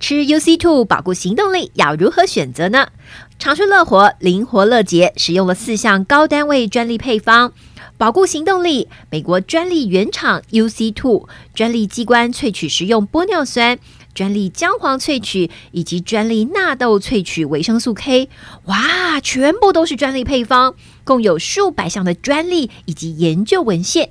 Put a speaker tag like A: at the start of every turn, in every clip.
A: UC Two 保固行动力要如何选择呢？长春乐活灵活乐捷使用了四项高单位专利配方，保固行动力、美国专利原厂 UC Two 专利机关萃取食用玻尿酸。专利姜黄萃取以及专利纳豆萃取维生素 K，哇，全部都是专利配方，共有数百项的专利以及研究文献。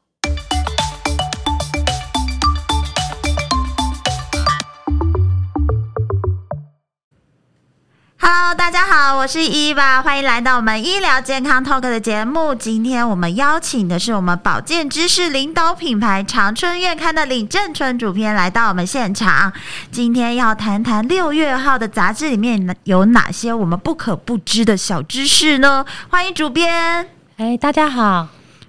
B: Hello，大家好，我是伊娃，欢迎来到我们医疗健康 Talk 的节目。今天我们邀请的是我们保健知识领导品牌长春月刊的李正春主编来到我们现场。今天要谈谈六月号的杂志里面有哪些我们不可不知的小知识呢？欢迎主编。
C: 哎，大家好，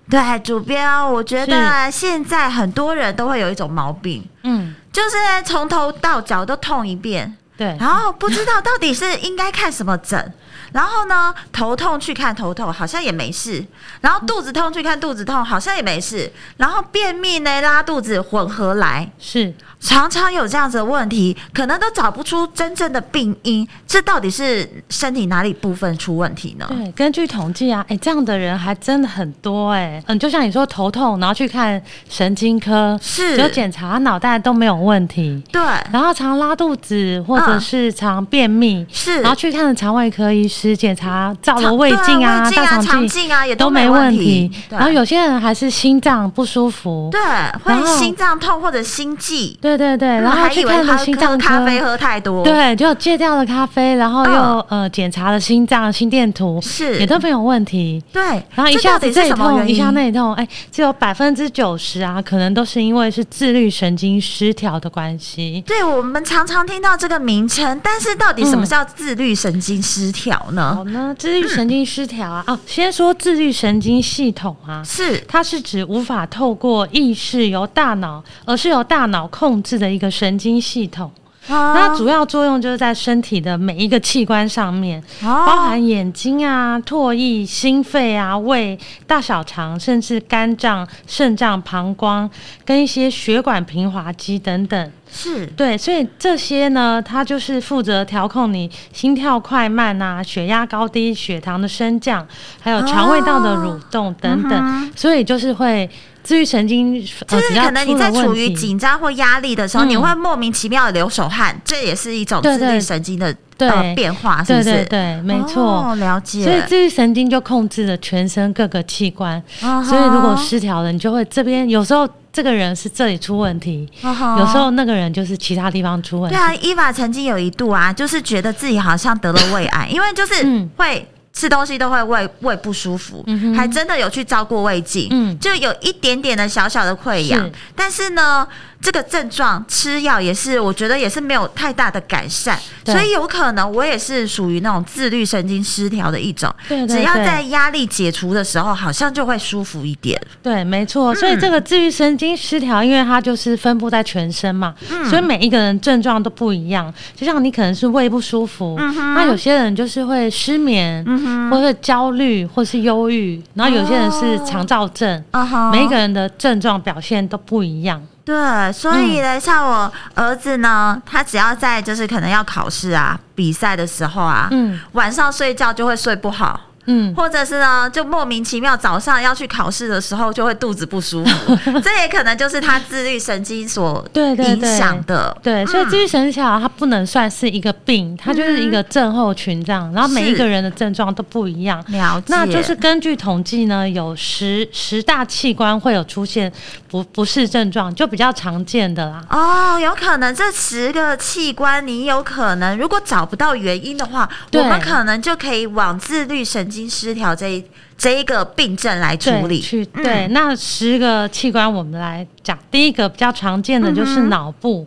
B: 对，主编，哦我觉得现在很多人都会有一种毛病，
C: 嗯，
B: 就是从头到脚都痛一遍。
C: 对，
B: 然后不知道到底是应该看什么诊，然后呢，头痛去看头痛，好像也没事；然后肚子痛去看肚子痛，好像也没事；然后便秘呢、拉肚子混合来，
C: 是
B: 常常有这样子的问题，可能都找不出真正的病因，这到底是身体哪里部分出问题呢？
C: 对。根据统计啊，哎，这样的人还真的很多哎、嗯，就像你说头痛，然后去看神经科，
B: 是
C: 有检查脑袋都没有问题，
B: 对，
C: 然后常拉肚子或者
B: 嗯
C: 是常便秘，
B: 是
C: 然后去看了肠胃科医师，检查照了胃
B: 对
C: 镜啊、
B: 胃
C: 大
B: 啊、肠
C: 肠
B: 镜啊，也
C: 都
B: 没
C: 没问
B: 题。对
C: 然后有些人还是心脏不舒服，
B: 对
C: 然
B: 会
C: 后
B: 心脏痛或者心悸，
C: 对对对，然后
B: 嗯还以
C: 去
B: 为
C: 看
B: 他
C: 了心
B: 喝
C: 脏
B: 咖
C: 科，
B: 啡喝太多，，
C: 对，就戒掉了咖啡，然后又、
B: 嗯
C: 呃检查了心脏、心电图，
B: 是
C: 也都没有问题。
B: 对，
C: 然后一
B: 这
C: 下
B: 到
C: 子
B: 底
C: 这
B: 是
C: 里
B: 什么
C: 痛，
B: 原
C: 一
B: 因
C: 下那里痛，哎、只有百分之九十啊，可能都是因为是自律神经失调的关系。
B: 对我们常常听到这个名称，但是到底什
C: 嗯
B: 么叫自律神经失调呢？
C: 好呢，自律神经失调啊，哦、先说自律神经系统啊，
B: 是
C: 它是指无法透过意识由大脑，而是由大脑控制的一个神经系统。那它
B: 啊，
C: 主要作用就是在身体的每一个器官上面，
B: 哦
C: 包含眼睛啊、唾液、心肺啊、胃、大小肠，甚至肝脏、肾脏、膀胱跟一些血管平滑肌等等。
B: 是
C: 对，所以这些呢，它就是负责调控你心跳快慢啊、血压高低、血糖的升降，还有肠胃道的蠕动等等。
B: 嗯
C: 所以就是会自律神经，
B: 就
C: 呃，
B: 是
C: 只要
B: 可能你
C: 出了
B: 在处
C: 问
B: 于
C: 题
B: 紧张或压力的时候，
C: 嗯
B: 你会莫名其妙的流手汗，这也是一种
C: 对
B: 自
C: 对
B: 律神经的
C: 对
B: 呃变化，是不
C: 对
B: 是？
C: 对对，没错。
B: 哦，了解。
C: 所以自律神经就控制了全身各个器官，
B: 啊哈
C: 所以如果失调了，你就会这边有时候这个人是这里出问题，
B: 啊哈
C: 有时候那个人就是其他地方出问
B: 对
C: 题。
B: 啊，伊娃曾经有一度啊，就是觉得自己好像得了胃癌，因为就是
C: 嗯
B: 会。吃东西都会胃胃不舒服，
C: 嗯哼
B: 还真的有去照过胃镜，
C: 嗯
B: 就有一点点的小小的溃疡
C: 是，
B: 但是呢，这个症状吃药也是，我觉得也是没有太大的改善，
C: 对
B: 所以有可能我也是属于那种自律神经失调的一种，
C: 对对
B: 只要
C: 对
B: 在压力解除的时候，好像就会舒服一点，
C: 对，没错。所以这个
B: 嗯
C: 自律神经失调，因为它就是分布在全身嘛，
B: 嗯
C: 所以每一个人症状都不一样。就像你可能是胃不舒服，
B: 嗯
C: 那有些人就是会失眠，或是焦虑，或是忧郁，然后有些人是
B: 哦
C: 肠燥症。
B: 啊哈
C: 每一个人的症状表现都不一样。
B: 对，所以
C: 嗯
B: 呢，像我儿子呢，他只要在就是可能要考试啊、比赛的时候啊，
C: 嗯
B: 晚上睡觉就会睡不好，
C: 嗯，
B: 或者是呢，就莫名其妙早上要去考试的时候就会肚子不舒 服，这也可能就是他自律神经所
C: 对对
B: 影
C: 对
B: 响的。
C: 对，所以自律神经失调它不能算是一个病，它就是一个症候群这样，然后每一
B: 是
C: 个人的症状都不一样。
B: 了解，
C: 那就是根据统计呢，有十十大器官会有出现不不适症状，就比较常见的啦。
B: 哦，有可能这十个器官，你有可能如果找不到原因的话，我
C: 对
B: 们可能就可以往自律神经失调这一这一个病症来处
C: 对，
B: 理。
C: 去
B: 嗯
C: 对、那十个器官我们来讲，第一个比较常见的就是脑部，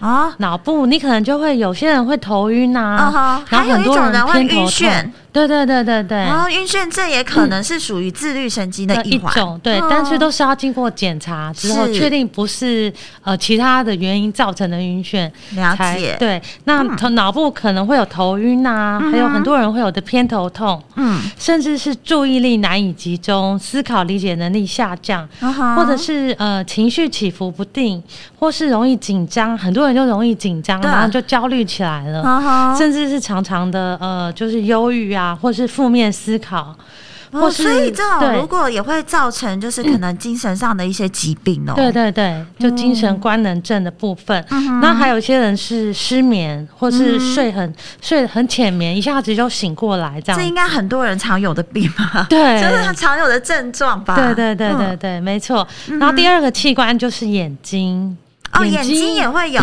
B: 哦，
C: 脑部你可能就会有些人会头晕
B: 嗯
C: 啊
B: 哼，
C: 然后很多
B: 还有一种人会
C: 偏
B: 晕
C: 头
B: 眩
C: 痛，对对对对对。
B: 然后晕眩症也可能是属于自律神经的
C: 的
B: 一
C: 一
B: 环，
C: 种对，
B: 哦
C: 但是都是要经过检查之后
B: 是
C: 确定不是呃其他的原因造成的晕眩，
B: 了
C: 才
B: 解。嗯
C: 对。那头脑部可能会有头晕啊，还有很多人会有的偏头痛，
B: 嗯，
C: 甚至是注意力难以集中、思考理解能力下降，
B: 嗯哼
C: 或者是呃情绪起伏不定，或是容易紧张，很多人就容易紧张，
B: 对
C: 然后就焦虑起来了。
B: 嗯哼
C: 甚至是常常的呃，就是忧郁啊，或是负面思考，
B: 哦，
C: 或是
B: 所以这种
C: 对嗯
B: 如果也会造成就是可能精神上的一些疾病哦。嗯
C: 对对对，就精神官能症的部分。那还有一些人是失眠，或是睡很、睡很浅眠，一下子就醒过来这
B: 嗯这
C: 样
B: 应。该很多人常有的病吧？
C: 对
B: 这是常有的嗯症状吧？
C: 对对对
B: 嗯
C: 对对，没错。然后第二个器官就是眼睛。嗯
B: 哦，眼睛也会有，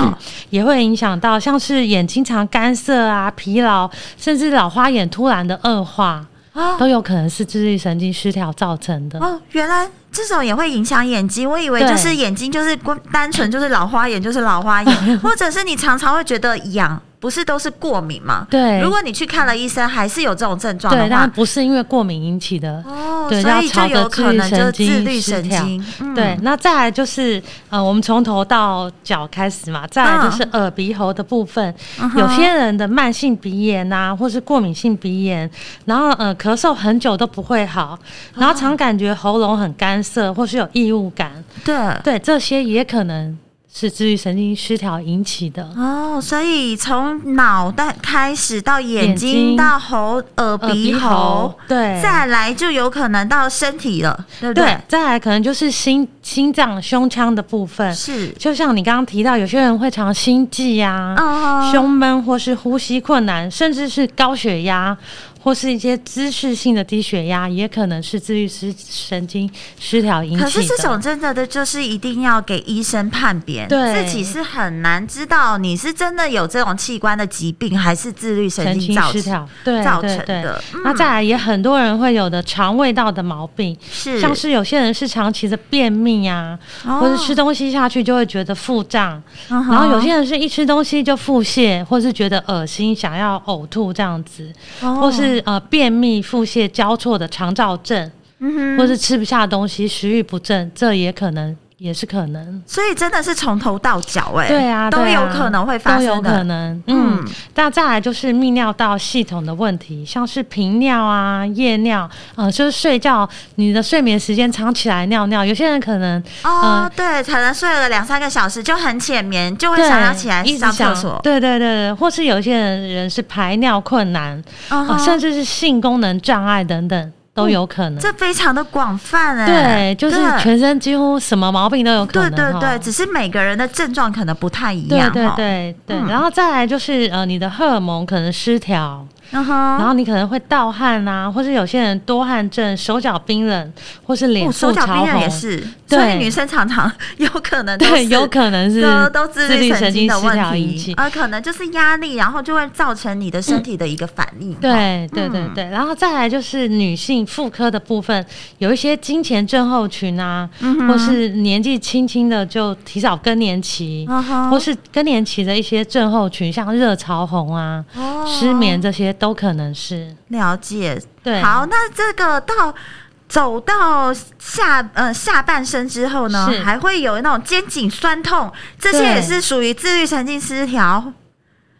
C: 也会影响到，像是眼睛常干涩啊、疲劳，甚至老花眼突然的恶化，
B: 哦
C: 都有可能是自律神经失调造成的。
B: 哦，原来这种也会影响眼睛。我以为
C: 对
B: 就是眼睛就是光单纯就是老花眼，就是老花 眼，或者是你常常会觉得痒，不是都是过敏吗？
C: 对
B: 如果你去看了医生，还是有这种症状
C: 对，
B: 的
C: 当然
B: 话，
C: 不是因为过敏引起的。
B: 哦，
C: 对
B: 所以就
C: 要朝着
B: 有可能就是自
C: 自
B: 律
C: 律
B: 神
C: 神经失调
B: 经。嗯
C: 对，，那再来就是呃，我们从头到脚开始嘛，再来就是
B: 嗯
C: 耳鼻喉的部分。有些人的慢性鼻炎啊，或是过敏性鼻炎，然后呃咳嗽很久都不会好，
B: 嗯
C: 然后常感觉喉咙很干涩，或是有异物感，
B: 对。
C: 对，这些也可能是自律神经失调引起的。
B: 哦，所以从脑袋开始到眼
C: 眼
B: 睛
C: 睛
B: 到喉、耳
C: 耳
B: 嗯鼻喉
C: 喉，，对，
B: 再来就有可能到身体了，对不
C: 对，再来可能就是心心脏、胸腔的部分。
B: 是，
C: 就像你刚刚提到，有些人会常心悸啊呀、
B: 嗯
C: 胸闷或是呼吸困难，甚至是高血压，或是一些姿势性的低血压，也可能是自律失神经失调引
B: 可
C: 起的。
B: 是这种真的的，就是一定要给医生判别，
C: 对
B: 自己是很难知道你是真的有这种器官的疾病，还是自律神
C: 神
B: 经
C: 经
B: 造
C: 失
B: 成
C: 调，对
B: 造
C: 对
B: 成
C: 对。
B: 的。嗯
C: 那再来也很多人会有的肠胃道的毛病，
B: 是
C: 像是有些人是长期的便秘啊，
B: 哦
C: 或者吃东西下去就会觉得腹胀，
B: 嗯哼
C: 然后有些人是一吃东西就腹泻，或是觉得恶心，想要呕吐这样子，
B: 哦
C: 或是呃便秘、腹泻交错的肠燥症，
B: 嗯
C: 或
B: 哼，
C: 是吃不下东西、食欲不振，这也可能也是可能。
B: 所以真的是从头到脚，哎，
C: 对啊，
B: 都
C: 对
B: 有
C: 啊
B: 可能会发
C: 都有
B: 生
C: 可
B: 的。
C: 能。
B: 嗯
C: 嗯，那再来就是泌尿道系统的问题，像是频尿啊、夜尿，呃，就是睡觉你的睡眠时间长起来尿尿，有些人可能
B: 哦
C: 嗯，
B: 对，可能睡了两三个小时就很浅眠，就会
C: 对
B: 想要起来
C: 一直
B: 上厕
C: 想
B: 所。
C: 对对对对，或是有些人人是排尿困难，
B: 嗯
C: 啊，
B: 哼
C: 甚至是性功能障碍等等都有可能。
B: 这非常哦的广泛哎、
C: 对，就是
B: 对
C: 全身几乎什么毛病都有可
B: 对
C: 能。
B: 对
C: 哈
B: 对，只是每个人的症状可能不太一
C: 对
B: 样
C: 对
B: 哈。
C: 对对，
B: 嗯
C: 然后再来就是呃，你的荷尔蒙可能失调，
B: 嗯哼，
C: 然后你可能会盗汗啊，或是有些人多汗症、手脚冰冷，或是脸
B: 哦手
C: 部
B: 脚
C: 潮
B: 冰
C: 红，
B: 冷也是，
C: 对
B: 所以女生常 常有可能都
C: 对，
B: 是
C: 有可能是
B: 都都自律神经的
C: 失
B: 问
C: 调引
B: 题
C: 起，。
B: 呃，可能就是压力，然后就会造成你的身体的一个反应。哦，
C: 嗯对对对对，然后再来就是女性妇科的部分，有一些金钱症候群啊，
B: 嗯
C: 或是年纪轻轻的就提早更年期，
B: 嗯哼
C: 或是更年期的一些症候群，像热潮红啊、
B: 哦
C: 失眠这些都可能是。
B: 了解。
C: 对，
B: 好，那这个到。走到下呃下半身之后呢
C: 是，
B: 还会有那种肩颈酸痛，这些
C: 对
B: 也是属于自律神经失调。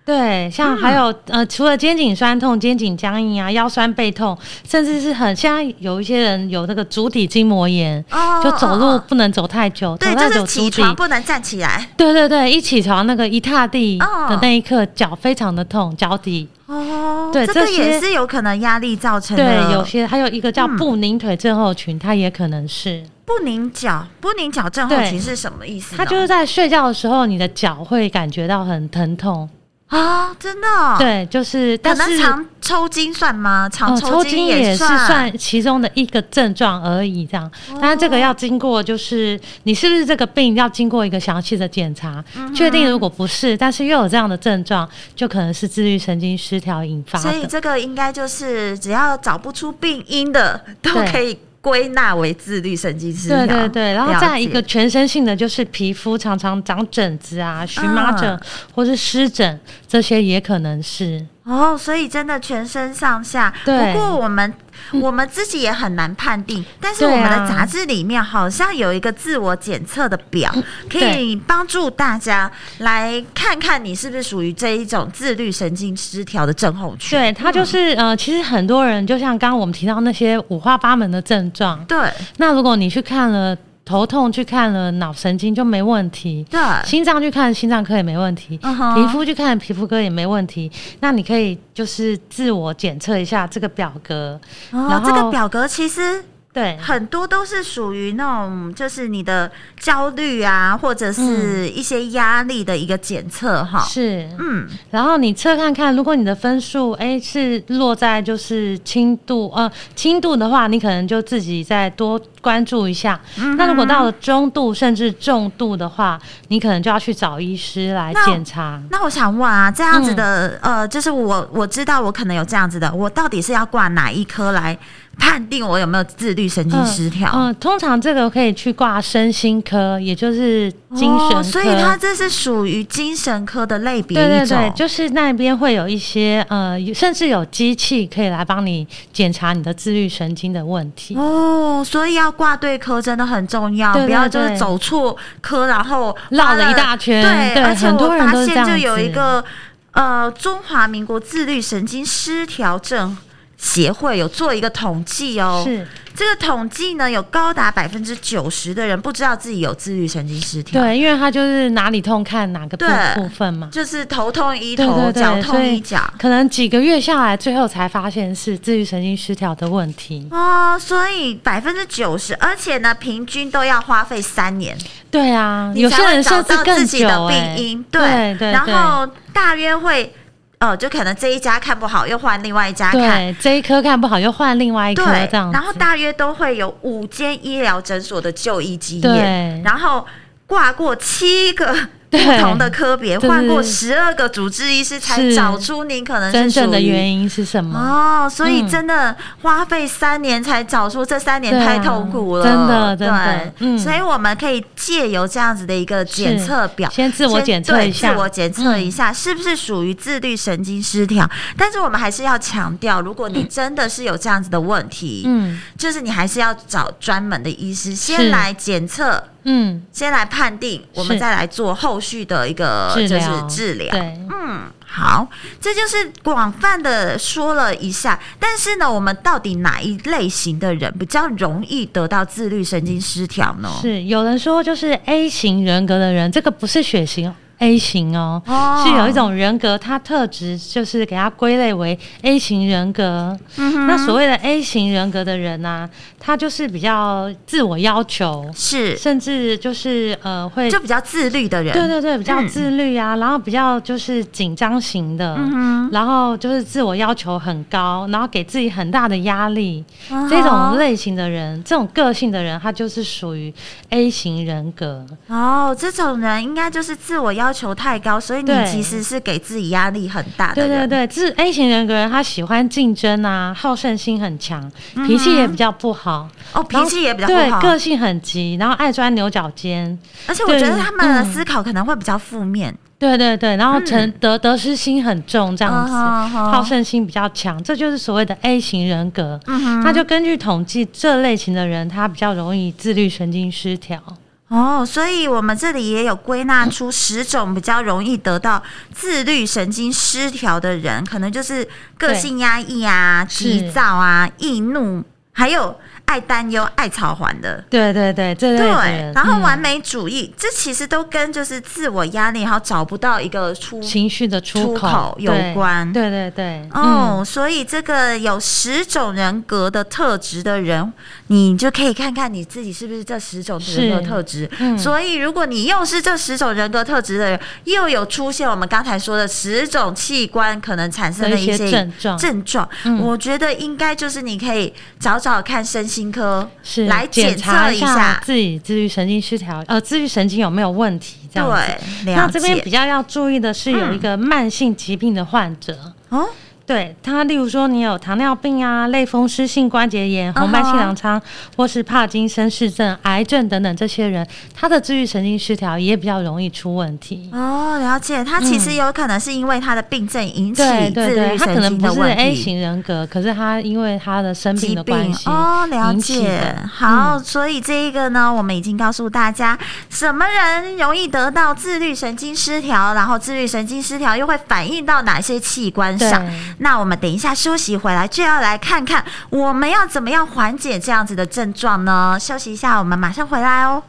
C: 对，像还
B: 啊
C: 有、呃，除了肩颈酸痛、肩颈僵硬啊、腰酸背痛，甚至是很现在有一些人有那个足底筋膜炎，
B: 哦
C: 就走
B: 哦
C: 路
B: 哦
C: 不能走太久，
B: 对，
C: 走
B: 就
C: 太
B: 是
C: 久
B: 起
C: 足
B: 床
C: 底。
B: 不能站起来。
C: 对对对，一起床那个一踏地
B: 哦
C: 的那一刻，脚非常的痛，脚底。
B: 哦，
C: 对
B: 这
C: 这
B: 个也
C: 些
B: 是有可能压力造成的。
C: 对，有些还有一个叫
B: 嗯
C: 不宁腿症候群，它也可能是，
B: 不宁脚、不宁脚症候
C: 对
B: 群是什么意思呢？
C: 它就是在睡觉的时候，你的脚会感觉到很疼痛。
B: 啊，真的哦、
C: 对，就是
B: 可
C: 但
B: 能
C: 是
B: 常抽筋算吗？常
C: 哦，抽
B: 呃筋
C: 筋也是
B: 算。哦
C: 算其中的一个症状而已，这样。但是这个要经过，就是你是不是这个病，要经过一个详细的检查，
B: 嗯
C: 确、定如果不是，但是又有这样的症状，就可能是自律神经失调引发
B: 所以
C: 的。
B: 这个应该就是只要找不出病因的，都
C: 对
B: 可以归纳为自律神经失调。
C: 对对对，然后
B: 了
C: 再来一个
B: 解
C: 全身性的，就是皮肤常常长疹子啊、荨麻疹、
B: 嗯
C: 或是湿疹，这些也可能是。
B: 哦，所以真的全身上下。
C: 对嗯
B: 不过我们我们自己也很难判定，但是我
C: 对
B: 们
C: 啊
B: 的杂志里面好像有一个自我检测的表，
C: 嗯
B: 可以帮助大家来看看你是不是属于这一种自律神经失调的症候群。
C: 对，它就是、呃，其实很多人就像刚刚我们提到那些五花八门的症状，
B: 对
C: 那如果你去看了头痛，去看了脑神经就没问题。
B: 对，
C: 心脏去看心脏科也没问题
B: 嗯哼
C: 皮肤去看皮肤科也没问题。那你可以就是自我检测一下这个表格，
B: 哦
C: 然，
B: 这个
C: 后
B: 表格其实
C: 对
B: 很多都是属于那种，就是你的焦虑啊，或者是一些压力的一个检测哈。
C: 是。
B: 嗯，
C: 然后你测看看，如果你的分数哎是落在就是轻度呃轻度的话，你可能就自己再多关注一下。那如果到了中度甚至重度的话，你可能就要去找医师来
B: 那
C: 检查。
B: 那我想问啊，这样子的、
C: 嗯
B: 呃，就是我我知道我可能有这样子的，我到底是要挂哪一科来判定我有没有自律神经失调？
C: 嗯、通常这个可以去挂身心科，也就是嗯精神科。
B: 哦，所以它这是属于精神科的类别
C: 对对
B: 一种。
C: 对，就是那边会有一些呃，甚至有机器可以来帮你检查你的自律神经的问题。
B: 哦，所以要挂对科真的很重要，
C: 对对
B: 不要就是
C: 对
B: 走错科，然后
C: 绕
B: 花
C: 了一大圈
B: 对，
C: 对
B: 而且
C: 很多
B: 我
C: 人
B: 发
C: 都是
B: 现
C: 这
B: 就有
C: 样
B: 一
C: 子
B: 个呃，中华民国自律神经失调症协会有做一个统计哦，
C: 是，
B: 这个统计呢，有高达百分之九十的人不知道自己有自律神经失调，，
C: 对，因为它就是哪里痛看哪个部
B: 对
C: 部分嘛。
B: 就是头痛医
C: 对
B: 头，
C: 对
B: 脚
C: 对，所
B: 痛医
C: 以
B: 脚。
C: 可能几个月下来，最后才发现是自律神经失调的问题。
B: 哦，所以百分之九十，而且呢，平均都要花费三年，
C: 对啊，
B: 你
C: 有
B: 才
C: 些
B: 会
C: 人
B: 找
C: 甚至
B: 到自
C: 更
B: 己
C: 久、
B: 的
C: 欸
B: 病。因，
C: 对对
B: 然
C: 对
B: 后大约会，呃，就可能这一家看不好，又换另外一家看，
C: 对，这一科看不好又换另外一科
B: 对，
C: 这样子。
B: 然后大约都会有五间医疗诊所的就医经验
C: 对，
B: 然后挂过七个不
C: 对
B: 同的科别，
C: 就是
B: 换过十二个主治医师，才
C: 是
B: 找出你可能
C: 真正的
B: 因。
C: 原因是什么？
B: 哦，所以
C: 嗯
B: 真的花费三年才找出这三年
C: 对啊
B: 太痛苦了，
C: 真的真的
B: 对
C: 嗯
B: 所以我们可以借由这样子的一个检测表，
C: 先自我检测
B: 对
C: 一下嗯
B: 自我检测一下、是不是属于自律神经失调。但是我们还是要强调，如果你真的是有这样子的问题，
C: 嗯
B: 就是你还是要找专门的医师先来检测。
C: 嗯，
B: 先来判定，我们
C: 是
B: 再来做后续的一个
C: 治
B: 就是
C: 疗
B: 治疗。
C: 对，
B: 嗯，好，这就是广泛的说了一下，但是呢，我们到底哪一类型的人比较容易得到自律神经失调呢？
C: 是有人说就是 A 型人格的人，这个不是血型 A 型哦。
B: 哦
C: 是有一种人格，它特质就是给它归类为 A 型人格。
B: 哦嗯
C: 那所谓的 A 型人格的人呢、他就是比较自我要求，
B: 是
C: 甚至就是呃会
B: 就比较自律的人，
C: 对对对，比较
B: 嗯
C: 自律啊，然后比较就是紧张型的，
B: 嗯
C: 然后就是自我要求很高，然后给自己很大的压力，
B: 嗯哼
C: 这种类型的人，这种个性的人，他就是属于 A 型人格。
B: 哦，这种人应该就是自我要求太高，所以你
C: 对
B: 其实是给自己压力很大的
C: 对对
B: 人。
C: 对，自 A 型人格人，他喜欢竞争啊，好胜心很强，脾气也比较不好，
B: 哦，嗯脾气也比较
C: 对
B: 不，好，
C: 个性很急，然后爱钻牛角尖。
B: 而且我觉得
C: 对
B: 他们的
C: 嗯
B: 思考可能会比较负面。
C: 对对对，然后成
B: 嗯
C: 得得失心很重，这样子，
B: 嗯哼哼嗯
C: 好胜心比较强，这就是所谓的 A 型人格。那就根据统计，这类型的人他比较容易自律神经失调。
B: 哦，所以我们这里也有归纳出十种比较容易得到自律神经失调的人，可能就是个性压抑啊、
C: 是
B: 急躁啊、易怒，还有爱担忧、爱操环的。
C: 对对对，这类的
B: 对
C: 人，
B: 然后
C: 嗯
B: 完美主义，这其实都跟就是自我压力，然后找不到一个出
C: 情绪的
B: 出
C: 出
B: 口有
C: 对
B: 关
C: 对对对，
B: 哦，
C: 嗯
B: 所以这个有十种人格的特质的人，你就可以看看你自己是不是这十种人格
C: 是
B: 特质。
C: 嗯
B: 所以，如果你又是这十种人格特质的人，又有出现我们刚才说的十种器官可能产生
C: 的
B: 的
C: 一
B: 一
C: 些
B: 些
C: 症状
B: 症状，
C: 嗯
B: 我觉得应该就是你可以找找看身心科
C: 嗯是
B: 来检
C: 检
B: 测
C: 查
B: 一
C: 下
B: 下。
C: 自己自律神经失调，呃，自律神经有没有问题？这
B: 对
C: 样子。，那
B: 了
C: 这边
B: 解
C: 比较要注意的是，有一个慢性疾病的患者。
B: 哦，
C: 对他，例如说你有糖尿病啊、类风湿性关节炎、
B: 哼
C: 红斑性狼
B: 啊
C: 疮，或是帕金森氏症、癌症等等，这些人他的自律神经失调也比较容易出问题。
B: 哦，了解，他其实有可能是因为他的病症引起
C: 嗯对
B: 自
C: 对
B: 律
C: 对，他可
B: 神
C: 能
B: 经
C: 不
B: 的
C: 是
B: 问
C: A
B: 题。
C: 型人格，可是他因为他的生病
B: 疾
C: 的关系
B: 哦，了
C: 引起
B: 解
C: 的。嗯
B: 好，所以这一个呢，我们已经告诉大家，什么人容易得到自律神经失调，然后自律神经失调又会反映到哪些器官上
C: 对？
B: 那我们等一下休息回来就要来看看我们要怎么样缓解这样子的症状呢？休息一下，我们马上回来哦。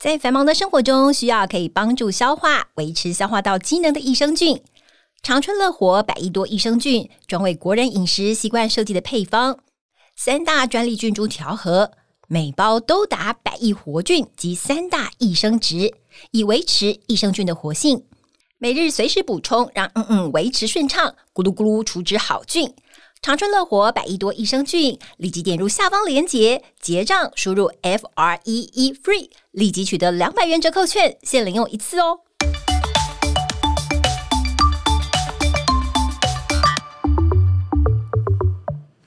D: 在繁忙的生活中，需要可以帮助消化、维持消化道机能的益生菌。长春乐活百亿多益生菌专为国人饮食习惯设计的配方，三大专利菌株调和，每包都达百亿活菌及三大益生值，以维持益生菌的活性。每日随时补充，让嗯嗯维持顺畅，咕噜咕噜除脂好菌。长春乐活百亿多益生菌，立即点入下方链接结账，输入 F R E E FREE，立即取得两百元折扣券，限领用一次哦。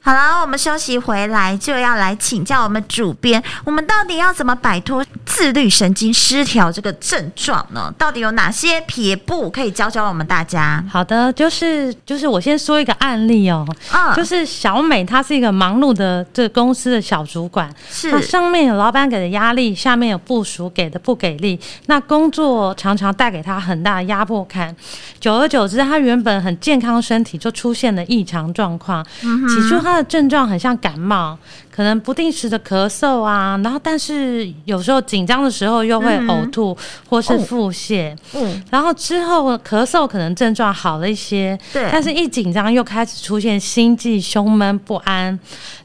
B: 好了，我们休息回来就要来请教我们主编，我们到底要怎么摆脱自律神经失调这个症状呢？到底有哪些撇步可以教教我们大家？
C: 好的，就是就是我先说一个案例哦，
B: 嗯，
C: 就是小美她是一个忙碌的这公司的小主管，那
B: 是
C: 上面有老板给的压力，下面有部署给的不给力，那工作常常带给他很大的压迫感。久而久之，他原本很健康的身体就出现了异常状况。起初他的症状很像感冒，可能不定时的咳嗽啊，然后但是有时候紧张的时候又会呕吐、或是腹泻。
B: 嗯，
C: 然后之后咳嗽可能症状好了一些，
B: 对
C: 但是一紧张又开始出现心悸、胸闷、不安，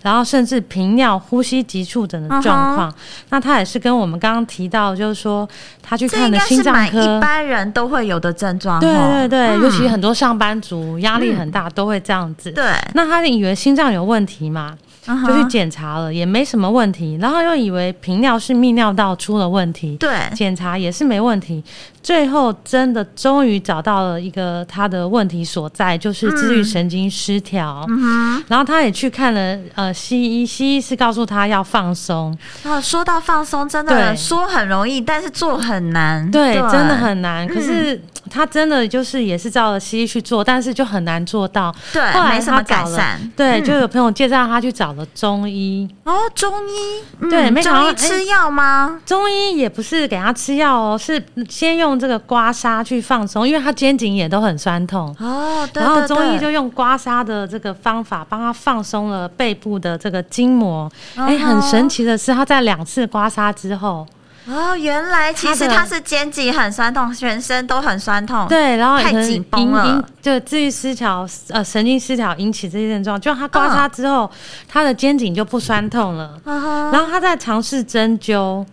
C: 然后甚至频尿、呼吸急促等的
B: 嗯
C: 状况。那他也是跟我们刚刚提到，就是说他去
B: 这
C: 看
B: 应
C: 了
B: 该
C: 心
B: 是
C: 脏
B: 蛮
C: 科
B: 一，般人都会有的症状哦，
C: 对对对，
B: 嗯
C: 尤其很多上班族压力很大，都会这样子。
B: 对，
C: 那他以为心脏有问题嘛，
B: 嗯
C: 就去
B: 哼
C: 检查了，也没什么问题，然后又以为频尿是泌尿道出了问题，
B: 对，
C: 检查也是没问题，最后真的终于找到了一个他的问题所在，就是自律神经失调。
B: 嗯
C: 然后他也去看了呃西医，西医是告诉他要放松，
B: 哼，哦，说到放松，真的
C: 对
B: 说很容易，但是做很难，
C: 对，真的很难。可
B: 嗯
C: 是他真的就是也是照了西医去做，但是就很难做到。
B: 对
C: 后，来
B: 没什么
C: 他
B: 改
C: 找了
B: 善，，
C: 对，
B: 嗯
C: 就有朋友介绍他去找了中医，
B: 哦，中医，嗯
C: 对没想
B: 中
C: 到哎
B: 医吃药吗？
C: 中医也不是给他吃药哦，是先用这个刮痧去放松，因为他肩颈也都很酸痛。
B: 哦，对，
C: 然后
B: 对
C: 中
B: 对
C: 医就用刮痧的这个方法帮他放松了背部的这个筋膜。哎、很神奇的是，他在两次刮痧之后，
B: 哦，原来其实
C: 它的
B: 它是肩颈很酸痛，全身都很酸痛。，
C: 对，然后
B: 太
C: 可能
B: 紧绷
C: 引
B: 了
C: 引对，自律失调，呃，神经失调引起这些症状，就他刮痧之后，他的肩颈就不酸痛了。
B: 嗯哼，
C: 然后他在尝试针灸，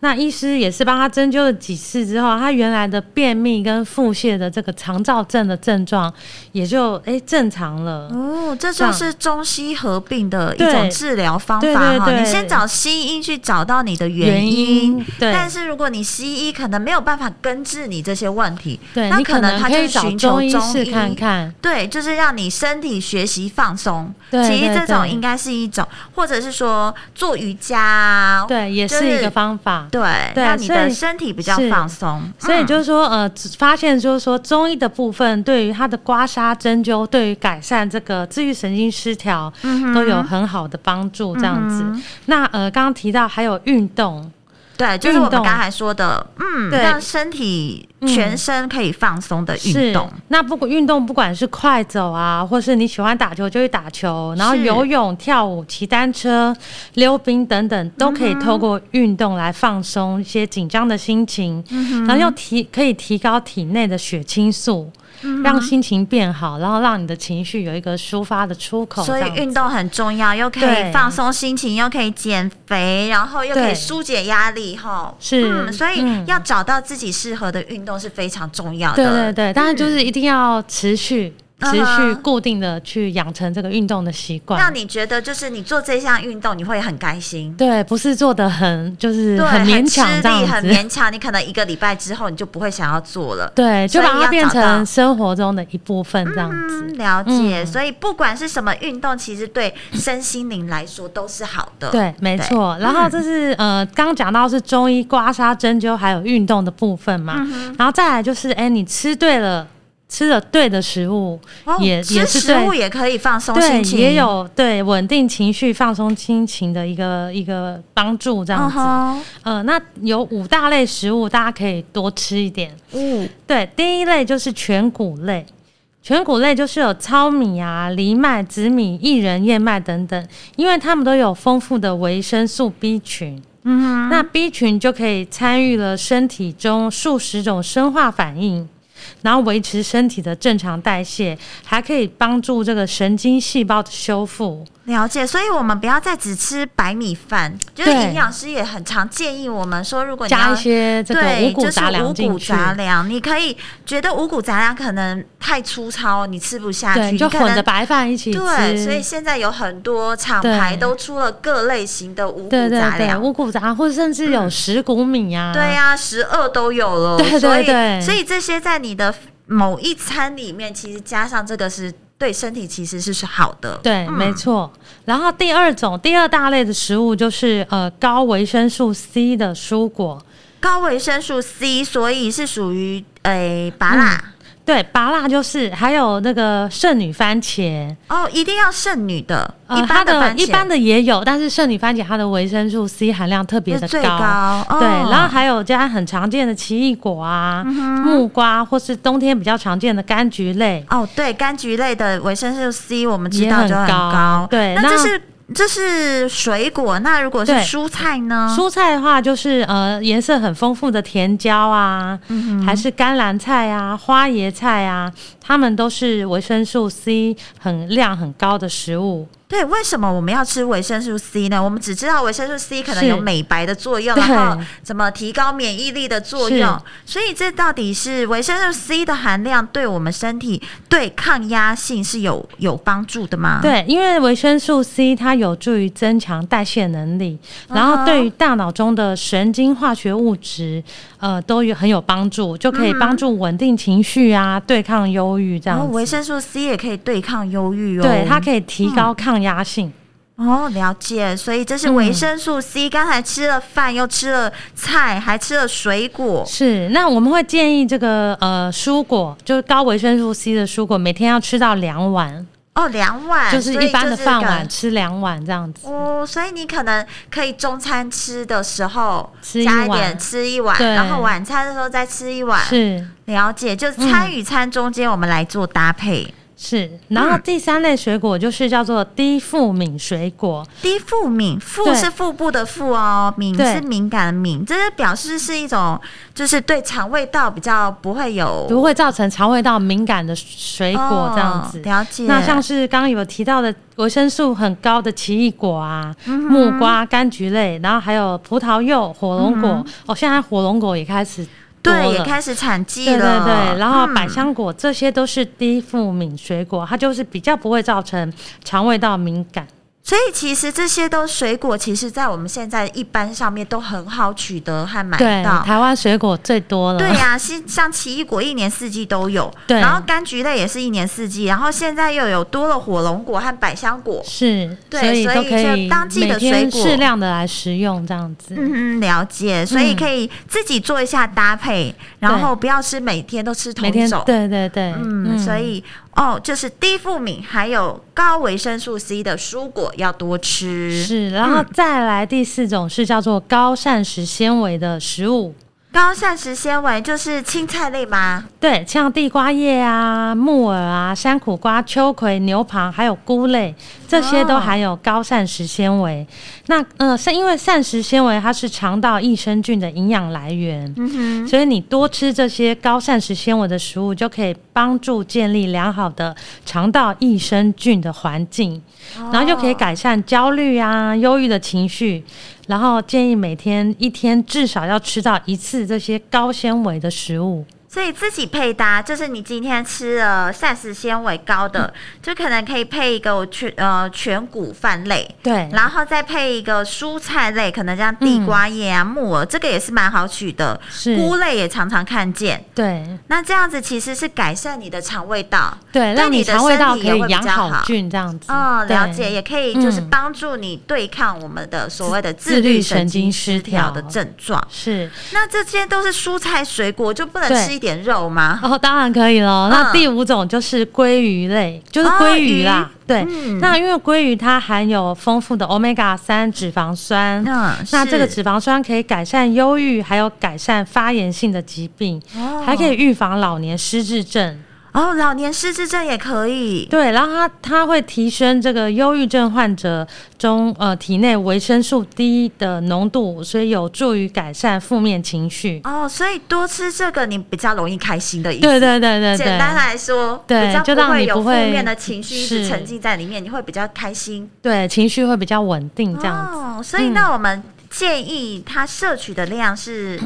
C: 那医师也是帮他针灸了几次之后，他原来的便秘跟腹泻的这个肠燥症的症状也就哎、正常了。
B: 哦，这
C: 这
B: 就
C: 样
B: 是中西合并的一
C: 对
B: 种治疗方
C: 对
B: 法
C: 对
B: 哈。
C: 对
B: 你先找西医去找到你的
C: 原
B: 因
C: 因，对
B: 但是如果你西医可能没有办法根治你这些问题，
C: 对
B: 那
C: 你可
B: 能
C: 能
B: 他
C: 可
B: 就
C: 以找
B: 寻求
C: 中医
B: 中
C: 试
B: 医
C: 看。看。
B: 对，就是让你身体学习放松。
C: 对
B: 其实
C: 对
B: 这种
C: 对
B: 应该是一种，或者是说做瑜伽啊，
C: 对，也
B: 就是嗯
C: 一个方法。
B: 对，
C: 对
B: 让你
C: 所
B: 的
C: 以
B: 身体比较
C: 是
B: 放松。
C: 所以
B: 嗯
C: 就是说，呃，只发现就是说，中医的部分对于它的刮痧、针灸，对于改善这个自愈神经失调，
B: 嗯
C: 都有很好的帮助。这样子，那呃，刚刚提到还有运动，
B: 对，就是我
C: 运
B: 们
C: 动
B: 刚才说的，嗯，
C: 对
B: 让身体
C: 嗯
B: 全身可以放松的运
C: 是
B: 动。，
C: 那不管运动，不管是快走啊，或是你喜欢打球就去打球，然后
B: 是
C: 游泳、跳舞、骑单车、溜冰等等，都可以透过运动来放松一些紧张的心情，
B: 嗯
C: 然后又提可以提高体内的血清素，
B: 嗯
C: 让心情变好，然后让你的情绪有一个抒发的出口。
B: 所
C: 这
B: 以
C: 样子
B: 运动很重要，又可以
C: 对
B: 放松心情，又可以减肥，然后又可以
C: 对
B: 疏解压力，哈。
C: 是
B: 嗯，所以
C: 嗯
B: 要找到自己适合的运动是非常重要的。
C: 对对对，但是就是一定要持续、
B: 嗯
C: 持续
B: 嗯哼
C: 固定的去养成这个运动的习惯，
B: 让你觉得就是你做这项运动你会很开心，
C: 对，不是做的很就是
B: 对，
C: 很
B: 很
C: 勉
B: 吃
C: 强这样
B: 力，
C: 子，
B: 很勉强，你可能一个礼拜之后你就不会想要做了。
C: 对，
B: 所
C: 就
B: 以
C: 把它
B: 要
C: 变
B: 找到
C: 成生活中的一部分这样子。
B: 嗯，了解。
C: 嗯
B: 所以不管是什么运动，其实对身心灵来说都是好的。
C: 对，没错。然
B: 嗯
C: 后这是、呃，刚讲到是中医刮痧、针灸还有运动的部分嘛，
B: 嗯
C: 然后再来就是，哎、你吃对了，吃了对的食物，
B: 哦，
C: 也
B: 吃
C: 也是
B: 食物
C: 对。
B: 也可以放松
C: 对
B: 心，情，
C: 也有对稳定情绪、放松心情的一个一个帮助，这样
B: 嗯
C: 子。
B: 哼，
C: 呃，那有五大类食物，大家可以多吃一点。
B: 嗯，
C: 对，第一类就是全谷类，全谷类就是有糙米啊、藜麦、紫米、薏仁、燕麦等等，因为它们都有丰富的维生素 B 群。嗯，那 B 群就可以参与了身体中数十种生化反应，然后维持身体的正常代谢，还可以帮助这个神经细胞的修复。
B: 了解。所以我们不要再只吃白米饭，就是
C: 对
B: 营养师也很常建议我们说，如果你
C: 加
B: 要
C: 一些这个
B: 对，
C: 五谷杂粮
B: 就是五
C: 进
B: 谷
C: 去，
B: 杂粮，你可以觉得五谷杂粮可能太粗糙，你吃不下去，
C: 对，你
B: 你
C: 就
B: 可
C: 混
B: 能
C: 着白饭一起吃。
B: 对，所以现在有很多厂
C: 对
B: 牌都出了各类型的五谷
C: 对对
B: 杂
C: 对，
B: 粮。
C: 五谷杂粮，或者甚 至有十谷米啊，
B: 对呀、十二都有了，
C: 对对对
B: 所以所以这些在你的某一餐里面，其实加上这个是对身体其实是是好的，
C: 对，没错。然后第二种、第二大类的食物就是呃高维生素 C 的蔬果，
B: 高维生素 C，所以是属于诶拔辣、
C: 嗯对，芭辣就是，还有那个圣女番茄，
B: 哦，一定要剩女的，
C: 呃，
B: 一般
C: 它
B: 番茄
C: 一般的也有，但是圣女番茄它的维生素 C 含量特别
B: 是
C: 的
B: 最高，哦、嗯
C: 对，然后还有加很常见的奇异果啊、木瓜，或是冬天比较常见的柑橘类，
B: 哦，对，柑橘类的维生素 C 我们知
C: 也
B: 道
C: 很
B: 就很
C: 高对
B: 那
C: 那
B: 这是这是水果，那如果是
C: 对
B: 蔬菜呢？
C: 蔬菜的话，就是呃颜色很丰富的甜椒啊，
B: 嗯
C: 还是甘蓝菜啊、花椰菜啊，它们都是维生素 C 很量很高的食物。
B: 对，为什么我们要吃维生素 C 呢？我们只知道维生素 C 可能
C: 是
B: 有美白的作用，
C: 对
B: 然后怎么提高免疫力的作用，所以这到底是维生素 C 的含量对我们身体对抗压性是有有帮助的吗？，
C: 对，因为维生素 C 它有助于增强代谢能力，
B: 啊
C: 然后对于大脑中的神经化学物质，呃，都有很有帮助，就可
B: 嗯
C: 以帮助稳定情绪啊，对抗忧郁这
B: 然后
C: 样
B: 哦维
C: 子。
B: 生素 C 也可以对抗忧郁哦，
C: 对，它可以提
B: 嗯
C: 高抗压性。
B: 哦，了解，所以这是维生素 C。刚才吃了饭，又吃了菜，还吃了水果。
C: 是，那我们会建议这个呃蔬果，就是高维生素 C 的蔬果，每天要吃到两碗，
B: 哦，两碗，
C: 就是
B: 所以
C: 一般的
B: 是
C: 饭
B: 个
C: 碗吃两碗这样子。
B: 哦，所以你可能可以中餐吃的时候
C: 吃一
B: 加一
C: 碗
B: 点，吃一碗，
C: 对
B: 然后晚餐的时候再吃一碗。
C: 是嗯
B: 了解，就餐与餐中间我们来做搭配。
C: 是，然
B: 嗯
C: 后第三类水果就是叫做低富敏水果，
B: 低腹敏，腹
C: 对
B: 是腹部的腹哦，敏
C: 对
B: 是敏感的敏，这是表示是一种就是对肠胃道比较不会有
C: 不会造成肠胃道敏感的水果这样子
B: 哦。了解，
C: 那像是刚刚有提到的维生素很高的奇异果啊、
B: 嗯
C: 木瓜、柑橘类，然后还有葡萄柚、火龙果。哦，现在火龙果也开始多
B: 嗯对，也
C: 了
B: 开始产季
C: 对对
B: 了。
C: 对，然后
B: 嗯
C: 百香果、这些都是低富敏水果，它就是比较不会造成肠胃道敏感。
B: 所以其实这些都水果，其实在我们现在一般上面都很好取得和买
C: 对，
B: 到。
C: 台湾水果最多了。
B: 对呀、是像奇异果一年四季都有，
C: 嗯对
B: 然后柑橘类也是一年四季，然后现在又有多了火龙果和百香果。
C: 是，
B: 对
C: 所以
B: 所
C: 都
B: 以
C: 可
B: 就
C: 以
B: 当季的
C: 每天
B: 水果
C: 适量的来食用，这样子。
B: 嗯嗯，了解，所以
C: 嗯
B: 可以自己做一下搭配，然后不要吃每天都吃同
C: 每
B: 一
C: 天
B: 种。嗯
C: 对对嗯对，
B: 嗯，所以哦，就是低富敏还有高维生素 C 的蔬果要多吃。
C: 是，然
B: 嗯
C: 后再来第四种是叫做高膳食纤维的食物，
B: 高膳食纤维就是青菜类吗？
C: 对，像地瓜叶啊、木耳啊、山苦瓜、秋葵、牛蒡，还有菇类，这些都含有高膳食纤维。那呃，是因为膳食纤维它是肠道益生菌的营养来源，
B: 嗯哼，
C: 所以你多吃这些高膳食纤维的食物，就可以帮助建立良好的肠道益生菌的环境，然后就可以改善焦虑啊、忧郁的情绪。然后建议每天一天至少要吃到一次这些高纤维的食物。
B: 所以自己配搭，就是你今天吃了膳食纤维高的，
C: 嗯
B: 就可能可以配一个全呃全谷饭类，
C: 对，
B: 然后再配一个蔬菜类，可能像地瓜叶啊、木耳，这个也是蛮好取的。
C: 嗯是
B: 菇类也常常看见。
C: 对
B: 那这样子其实是改善你的肠胃道。
C: 对，让
B: 你
C: 你
B: 的
C: 肠胃
B: 身
C: 道
B: 体
C: 可
B: 也
C: 以
B: 会比
C: 养
B: 较好
C: 好菌这样子。
B: 哦，
C: 对
B: 了解，也可以就是
C: 嗯
B: 帮助你对抗我们的所谓的
C: 自律
B: 律
C: 神
B: 神经
C: 经
B: 失
C: 失
B: 调
C: 调
B: 的症状。
C: 是。
B: 那这些都是蔬菜水果，就不能
C: 对
B: 吃一点肉吗？
C: 哦，当然可以喽。那
B: 嗯
C: 第五种就是鲑鱼类，就是
B: 哦
C: 鲑鱼啦。对，
B: 嗯
C: 那因为鲑鱼它含有丰富的 omega 三脂肪酸，
B: 嗯
C: 那这个
B: 是
C: 脂肪酸可以改善忧郁，还有改善发炎性的疾病，
B: 哦
C: 还可以预防老年失智症。
B: 哦，老年失智症也可以。
C: 对，然后它它会提升这个忧郁症患者中呃体内维生素 D 的浓度，所以有助于改善负面情绪。
B: 哦，所以多吃这个你比较容易开心的意思。
C: 对对对对对，
B: 简单来说，
C: 对
B: 比较
C: 就
B: 不
C: 让
B: 会
C: 你
B: 有
C: 不
B: 负
C: 会
B: 面的情绪一直
C: 是
B: 沉浸在里面，你会比较开心。
C: 对情绪会比较稳定这样子。
B: 哦，所以
C: 嗯
B: 那我们建议他摄取的量是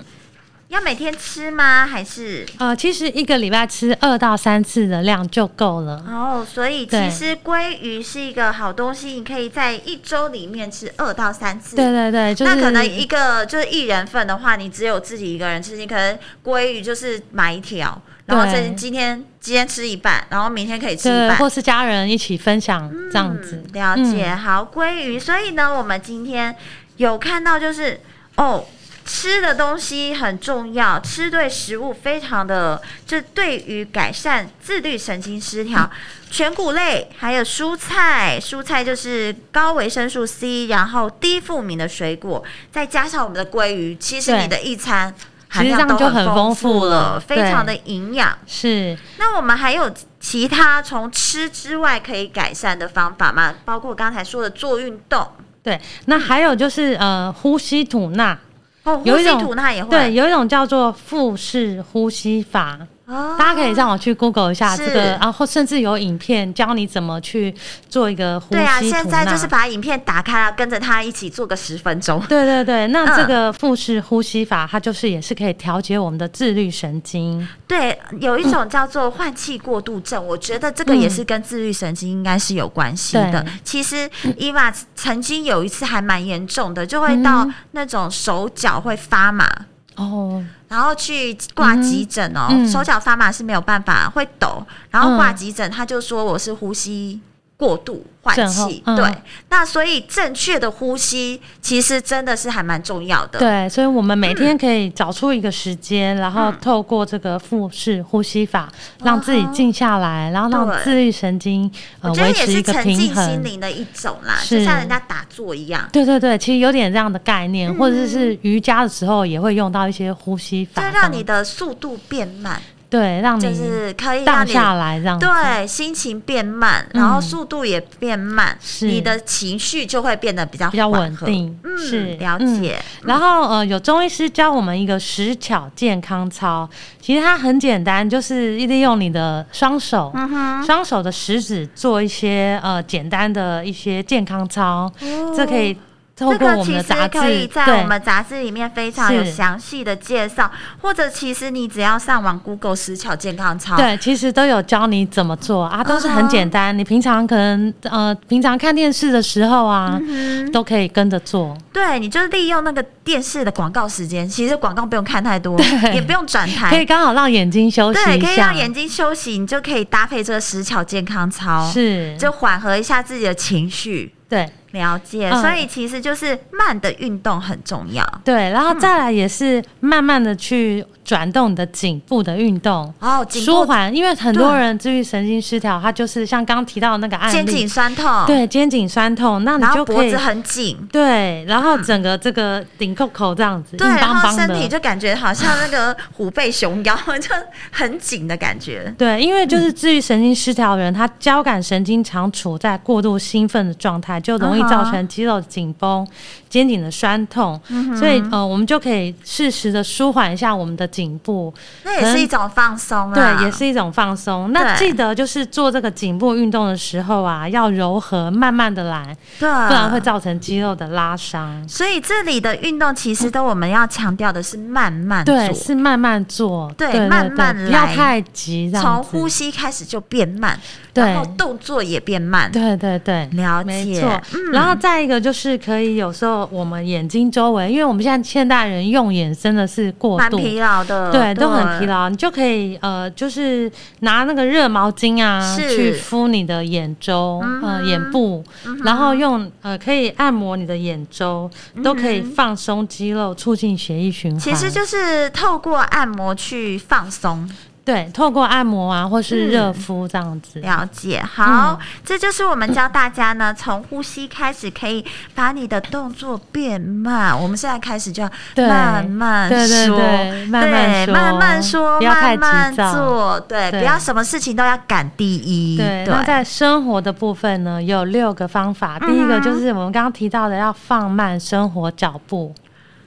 B: 要每天吃吗？还是？
C: 呃，其实一个礼拜吃二到三次的量就够了。
B: 哦，所以其
C: 对
B: 实鲑鱼是一个好东西，你可以在一周里面吃二到三次。
C: 对对对，就是
B: 那可能一个就是一人份的话，你只有自己一个人吃，你可能鲑鱼就是买一条，然后
C: 对
B: 这今天今天吃一半，然后明天可以吃一
C: 对，
B: 半，
C: 或是家人一起分享这样子。
B: 嗯、了解。好，鲑鱼。所以呢，我们今天有看到就是哦。吃的东西很重要，吃对食物非常的，就对于改善自律神经失调，全谷类还有蔬菜，蔬菜就是高维生素 C，然后低富敏的水果，再加上我们的鲑鱼，其实
C: 对
B: 你的一餐含
C: 其实这
B: 量
C: 样
B: 都
C: 就很丰
B: 富
C: 富
B: 了，
C: 了
B: 非
C: 对
B: 常的营养。
C: 是，
B: 那我们还有其他从吃之外可以改善的方法吗？包括刚才说的做运动，
C: 对。那还有就是呃，呼吸吐纳，
B: 哦，呼
C: 有一
B: 吸
C: 种
B: 吐纳也会，
C: 对，，有一种叫做腹式呼吸法。
B: 哦、
C: 大家可以上网去 Google 一下
B: 是
C: 这个，啊，或甚至有影片教你怎么去做一个呼
B: 对
C: 吸
B: 啊，
C: 吐纳。
B: 现在就是把影片打开了，跟着他一起做个十分 钟。
C: 对对对，那
B: 嗯
C: 这个腹式呼吸法，它就是也是可以调节我们的自律神经。
B: 对，有一种叫做换气过度症，我觉得这个也是跟自律神经应该是有关系的。
C: 对
B: 其实伊娃曾经有一次还蛮严重的，就
C: 嗯
B: 会到那种手脚会发麻。
C: 哦，
B: 然后去挂急诊哦，
C: 嗯嗯
B: 手脚发麻是没有办法会抖，然后
C: 嗯
B: 挂急诊，他就说我是呼吸过度换
C: 症候
B: 气，
C: 嗯
B: 对，那所以正确的呼吸其实真的是还蛮重要的，
C: 对，所以我们每天可以找出一个时间，然后透过这个腹式呼吸法，
B: 嗯
C: 让自己静下来，然后
B: 对
C: 让自律神经呃
B: 哦我觉得
C: 维
B: 也
C: 持
B: 是
C: 一个
B: 沉
C: 平
B: 浸心
C: 衡。
B: 灵的一种啦，
C: 是
B: 就像人家打坐一样。
C: 对对对，其实有点这样的概
B: 嗯
C: 念，或者是瑜伽的时候也会用到一些呼吸
B: 就
C: 法，
B: 让你的速度变慢，
C: 对，让
B: 就
C: 你
B: 是可以让
C: 嗯荡
B: 你
C: 下来这样子。
B: 对啊心情变慢，然后
C: 嗯
B: 速度也变慢，
C: 是
B: 你的情绪就会变得比较
C: 比较
B: 缓
C: 稳
B: 和
C: 定是
B: 嗯，了
C: 嗯
B: 解。
C: 然后呃，有中医师教我们一个十巧健康操，其实它很简单，就是利用你的双手，
B: 嗯
C: 双手的食指做一些呃简单的一些健康操，这可以透
B: 哦这
C: 过
B: 个
C: 我们
B: 其
C: 的
B: 实
C: 杂
B: 可以
C: 志，
B: 在我们杂志里面非常有
C: 是
B: 详细的介绍，或者其实你只要上网 Google 十巧健康操，
C: 对，其实都有教你怎么做啊，都是
B: 嗯
C: 很
B: 哼
C: 简单。你平常可能呃，平常看电视的时候啊，
B: 嗯
C: 都可以跟着做。
B: 对，你就利用那个电视的广告时间，其实广告不用看太多，也不用转
C: 可以
B: 台，
C: 刚好让眼睛休息
B: 哎对，
C: 一
B: 可以
C: 下
B: 让，眼睛休息，你就可以搭配这个十巧健康操，
C: 是，
B: 就缓和一下自己的情绪。
C: 对，
B: 了解，
C: 嗯
B: 所以其实就是慢的运动很重要。
C: 对，然后
B: 嗯
C: 再来也是慢慢的去转动你的颈部的运动。
B: 哦，颈
C: 舒
B: 部
C: 缓，因为很多人自律神经失调，它就是像刚刚提到的那个案
B: 肩
C: 例
B: 颈，酸痛，，
C: 对肩颈酸痛，那你
B: 然后
C: 就
B: 脖
C: 可以
B: 子很紧，
C: 对，然后整个这个顶扣扣这样子，
B: 对，
C: 硬
B: 然
C: 邦
B: 后
C: 邦
B: 身体
C: 的。
B: 就感觉好像那个虎背熊腰， 就很紧的感觉。
C: 对，因为就是自律神经失调的人，他交感神经常处在过度兴奋的状态，就容易造
B: 嗯
C: 成肌肉紧绷、肩颈的酸痛，所以呃，我们就可以适时的舒缓一下我们的颈部，
B: 那也是一种放松啊啦，
C: 对，也是一种放松。那
B: 对
C: 记得就是做这个颈部运动的时候啊，要柔和，慢慢的来，
B: 对，
C: 不然会造成肌肉的拉伤。
B: 所以这里的运动其实都我们要强调的是慢慢做，
C: 对，是慢慢做，
B: 对
C: 对
B: 慢慢
C: 对不要
B: 来
C: 太急，这样
B: 从
C: 子
B: 呼吸开始就变慢，
C: 对
B: 然后动作也变慢，
C: 对对对，
B: 了
C: 没
B: 解
C: 错。
B: 嗯
C: 然后再一个就是可以有时候我们眼睛周围，因为我们现在现代人用眼真的是过
B: 蛮
C: 度。
B: 疲劳的，
C: 对，都很疲。劳，你就可以呃，就是拿那个热毛巾啊，
B: 是
C: 去敷你的眼周、
B: 嗯
C: 呃
B: 哼嗯
C: 眼部，然后用呃可以按摩你的眼周，都可以放松肌肉，促进血液循环。
B: 其实就是透过按摩去放松，
C: 对，透过按摩啊，或是热敷这样子。
B: 嗯了解。
C: 嗯
B: 好，这就是我们教大家呢，从呼吸开始，可以把你的动作变慢。我们现在开始就要
C: 对
B: 慢慢
C: 对对
B: 说，
C: 对慢
B: 对
C: 慢说
B: 慢慢说，
C: 不要太
B: 慢
C: 急
B: 慢
C: 躁
B: 做，对，
C: 对
B: 不要什么事情都要赶第一，
C: 对，那在生活的部分呢，有六个方法。
B: 嗯
C: 第一个就是我们刚刚提到的，要放慢生活脚步。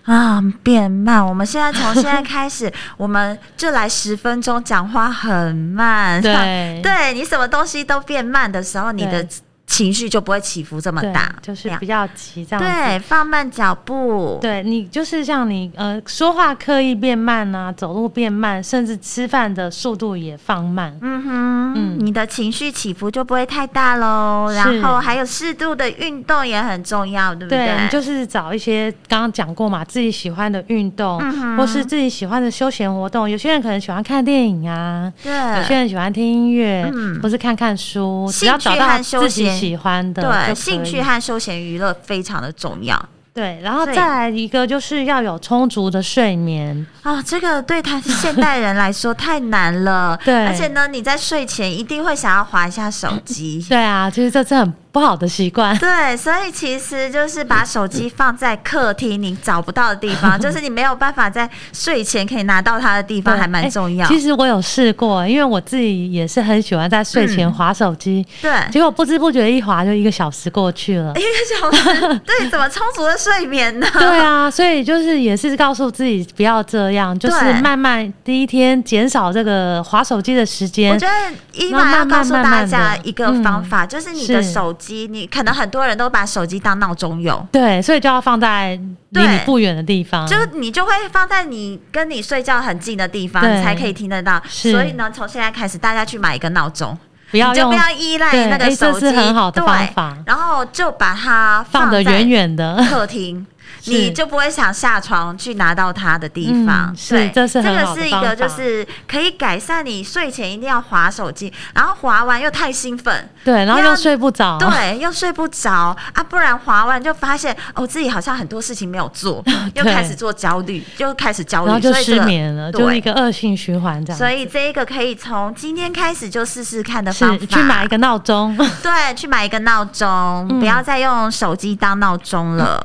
B: 啊，变慢。我们现在从现在开始，我们就来十分钟讲话很慢。
C: 对
B: 对你什么东西都变慢的时候，你的
C: 对
B: 情绪就不会起伏这么
C: 对
B: 大，，
C: 就是
B: 这样
C: 不要急这样子。
B: 对，放慢脚步。
C: 对你就是像你呃说话刻意变慢啊，走路变慢，甚至吃饭的速度也放慢。
B: 嗯哼，
C: 嗯
B: 你的情绪起伏就不会太大喽。
C: 是
B: 然后还有适度的运动也很重要，对不
C: 对
B: 对，
C: 你就是找一些刚刚讲过嘛，自己喜欢的运动，
B: 嗯哼
C: 或是自己喜欢的休闲活动。有些人可能喜欢看电影啊，
B: 对
C: 有些人喜欢听音乐，
B: 嗯
C: 或是看看书，
B: 兴
C: 只要找
B: 趣
C: 到
B: 和休
C: 自己
B: 闲
C: 喜欢的就可
B: 对
C: 以，
B: 兴趣和休闲娱乐非常的重要。
C: 对，然后
B: 所以
C: 再来一个就是要有充足的睡眠，
B: 啊、这个对他现代人来说太难了。
C: 对
B: 而且呢，你在睡前一定会想要划一下手机。
C: 对啊，就是这是很不好的习惯，
B: 对，所以其实就是把手机放在客厅你找不到的地 方，就是你没有办法在睡前可以拿到它的地方，
C: 对
B: 还蛮重要。
C: 哎其实我有试过，因为我自己也是很喜欢在睡前
B: 嗯
C: 划手机，
B: 对，
C: 结果不知不觉一划就一个小时过去了。
B: 一个小时，对，怎么充足的睡眠呢？
C: 对啊，所以就是也是告诉自己不要这样，就是
B: 对
C: 慢慢第一天减少这个划手机的时
B: 我
C: 间
B: 觉。得伊玛要告诉大
C: 慢慢慢
B: 家
C: 慢地
B: 一个方法，就是你的
C: 是
B: 手机，你可能很多人都把手机当闹钟用。
C: 对，所以就要放在离
B: 对
C: 你不远的地方。
B: 就是你就会放在你跟你睡觉很近的地方，
C: 对
B: 你才可以听得到。
C: 是
B: 所以呢，从现在开始，大家去买一个闹钟，
C: 不要
B: 你就
C: 用
B: 不要依赖
C: 对
B: 那个
C: 哎这
B: 手机，
C: 是很好的
B: 对
C: 方法
B: 然后就把它
C: 放
B: 在
C: 得远 远的。
B: 客厅，
C: 是
B: 你就不会想下床去拿到它的地方。
C: 嗯是
B: 对，
C: 这是
B: 这
C: 很
B: 个
C: 好的
B: 是一个
C: 方法
B: 就是可以改善你睡前一定要划手机，然后划完又太兴奋，
C: 对，然后
B: 要
C: 又睡不着。
B: 对，又睡不着啊，不然划完就发现哦，自己好像很多事情没有 做，又开始做焦虑，又开始焦虑，
C: 然后就
B: 所以这
C: 失
B: 个
C: 眠了，就是一
B: 对。
C: 个恶性循环这样。
B: 所以这一个可以从今天开始就试试看的方
C: 是
B: 法，
C: 去买一个嗯闹钟，
B: 对，去买一个闹钟，不要再用手机当闹钟了。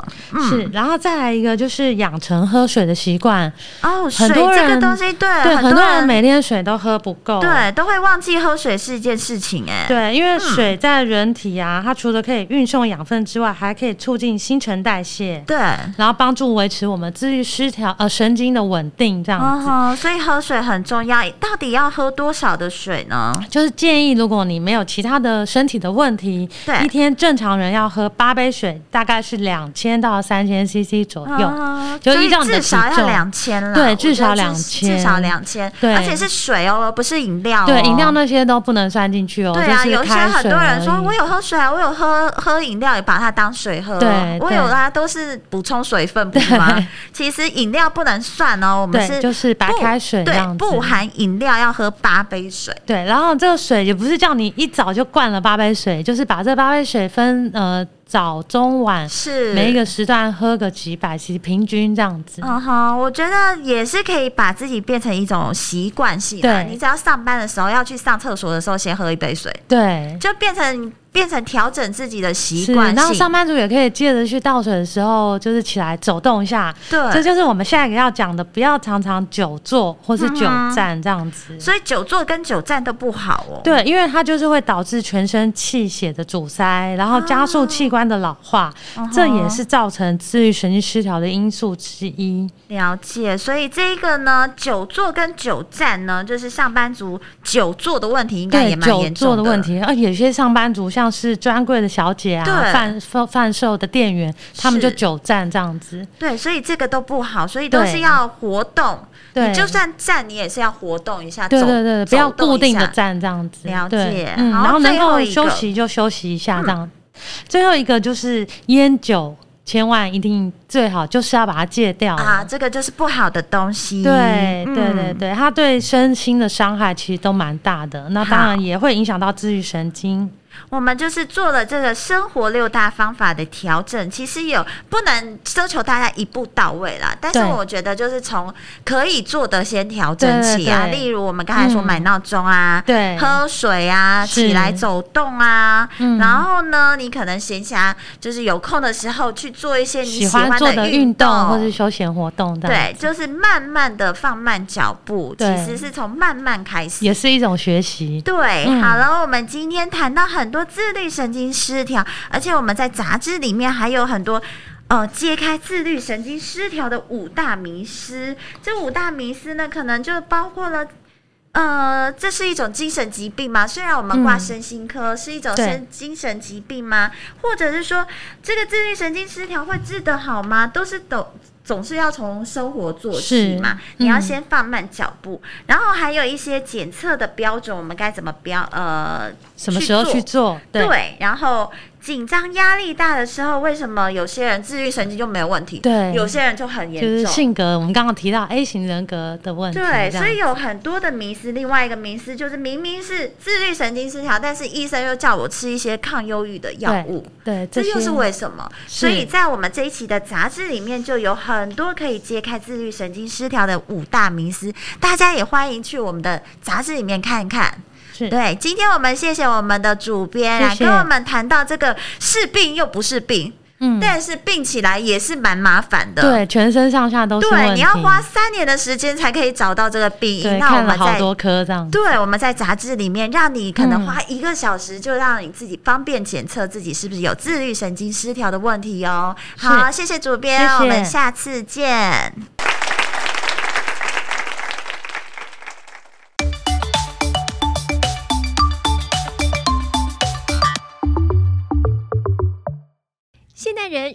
C: 是，然后再来一个就是养成喝水的习惯。
B: 哦，水
C: 很多
B: 这个
C: 人
B: 东西，对，
C: 对，
B: 很
C: 很多人每天水都喝不够。
B: 对都会忘记喝水是一件事情、哎，
C: 对，因为水在人体啊，它除了可以运送养分之外，还可以促进新陈代谢，
B: 对，
C: 然后帮助维持我们自律失调呃神经的稳定这样
B: 嗯
C: 子。
B: 哼，所以喝水很重要。到底要喝多少的水呢？
C: 就是建议，如果你没有其他的身体的问题
B: 对，
C: 一天正常人要喝八杯水，大概是两千到三千 CC 左右。
B: 嗯
C: 就
B: 所以
C: 依照你的
B: 至少
C: 体
B: 要
C: 重
B: 两千了，
C: 对
B: 我
C: 至
B: 觉得
C: 少
B: 至
C: 2000
B: 至少两千，
C: 对
B: 而且是水哦，不是饮料、哦，
C: 对，饮料。那些都不能算进去哦。
B: 对啊，
C: 就是
B: 有一些
C: 开
B: 很
C: 水
B: 多人
C: 而
B: 说
C: 已
B: 我有喝水啊，我有喝喝饮料，也把它当水喝。
C: 对
B: 我
C: 对
B: 有啊，都是补充水分，不是
C: 对
B: 吗？其实饮料不能算哦，我们
C: 对，
B: 是
C: 就是白
B: 不
C: 开水这
B: 对，
C: 样子。
B: 不含饮料要喝八杯水。
C: 对，然后这个水也不是叫你一早就灌了八杯水，就是把这八杯水分呃早中晚
B: 是
C: 每一个时段喝个几百 c 平均这样子。
B: 嗯哼，我觉得也是可以把自己变成一种习惯性嘛。
C: 对
B: 你只要上班的时候要去上厕所的时候，先喝一杯水，
C: 对，
B: 就变成变成调整自己的习
C: 是。
B: 惯
C: 然后
B: 性
C: 上。班族也可以借着去倒水的时候，就是起来走动一下。这
B: 对，
C: 就是我们下一个要讲的，不要常常久坐或
B: 嗯
C: 是久站这样子。
B: 所以久坐跟久站都不好哦。，
C: 对，因为它就是会导致全身气血的阻塞，然后加速器官的老化，
B: 啊
C: 这也是造成自律神经失调的因素之一。
B: 了解。所以这个呢，久坐跟久站呢，就是上班族久坐的问题应该也
C: 对，
B: 蛮
C: 久
B: 严
C: 坐
B: 重
C: 的问。题，而有些上班族像是专柜的小姐啊
B: 对，
C: 贩贩贩售的店员，他们
B: 是
C: 就久站这样子。
B: 对，所以这个都不好，所以都
C: 对
B: 是要活动。
C: 对
B: 你就算站，你也是要活动一下，
C: 对
B: 走
C: 对对，不要
B: 走动
C: 固
B: 一
C: 定的
B: 下
C: 站这样子。
B: 了
C: 对
B: 解
C: 嗯，
B: 好
C: 然后能
B: 最后
C: 够
B: 一个嗯
C: 休息就休息一下这样。最后一个就是烟酒，千万一定最好就是要把它戒掉
B: 啊，
C: 了
B: 这个就是不好的东西。
C: 对
B: 嗯
C: 对对对，它对身心的伤害其实都蛮大的，那当然也会影响到自律神经。
B: 我们就是做了这个生活六大方法的调整，其实有不能奢求大家一步到位啦，但是
C: 对
B: 我觉得就是从可以做的先调整起啊，
C: 对对对
B: 例如我们刚才说
C: 嗯
B: 买闹钟啊。
C: 对，
B: 喝水啊，
C: 是
B: 起来走动啊，
C: 嗯
B: 然后呢，你可能闲暇就是有空的时候去做一些你
C: 喜
B: 喜欢
C: 欢做的
B: 运
C: 运动或是休闲活动这样
B: 对，就是慢慢的放慢脚步，其
C: 对
B: 实是从慢慢开始。
C: 也是一种学习。
B: 对，
C: 嗯
B: 好了，我们今天谈到很多自律神经失调，而且我们在杂志里面还有很多。呃，揭开自律神经失调的五大迷失，这五大迷失呢，可能就包括了，呃，这是一种精神疾病吗？虽然我们挂
C: 嗯
B: 身心科，是一种
C: 对
B: 身精神疾病吗？或者是说，这个自律神经失调会治得好吗？都是总总是要从生活做起
C: 是
B: 嘛，你要
C: 嗯
B: 先放慢脚步，然后还有一些检测的标准，我们该怎么标？呃，
C: 什么时候去做？
B: 对，然后紧张、压力大的时候，为什么有些人自律神经就没有问题？
C: 对
B: 有些人就很严
C: 就
B: 重。
C: 是性格，我们刚刚提到 A 型人格的问题。
B: 对，
C: 这
B: 所
C: 样
B: 以有很多的迷思。另外一个迷思就是，明明是自律神经失调，但是医生又叫我吃一些抗忧郁的药物，
C: 对，
B: 这
C: 些
B: 又是为什么？
C: 是
B: 所以在我们这一期的杂志里面，就有很多可以揭开自律神经失调的五大迷思，大家也欢迎去我们的杂志里面看一看。
C: 是
B: 对，今天我们谢谢我们的主编啊，
C: 谢谢
B: 跟我们谈到这个是病又不是病，
C: 嗯
B: 但是病起来也是蛮麻烦的。。
C: 对，全身上下都是问
B: 对，
C: 题。
B: 你要花三年的时间才可以找到这个病因。
C: 对
B: 那我
C: 看了
B: 们
C: 好
B: 再
C: 多科这样。
B: 对，我们在杂志里面让你可能
C: 嗯
B: 花一个小时，就让你自己方便检测自己是不是有自律神经失调的问题哦。好，谢谢主编，
C: 谢谢
B: 我们下次见。
A: 现代人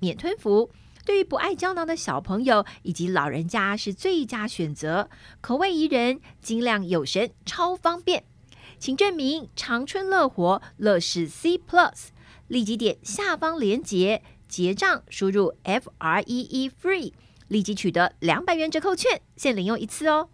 A: 免吞服，对于不爱胶囊的小朋友以及老人家是最佳选择，口味宜人，精量有神，超方便。请证明长春乐活乐视 C Plus，立即点下方链接结账，输入 F R E E FREE，立即取得两百元折扣券，限领用一次哦。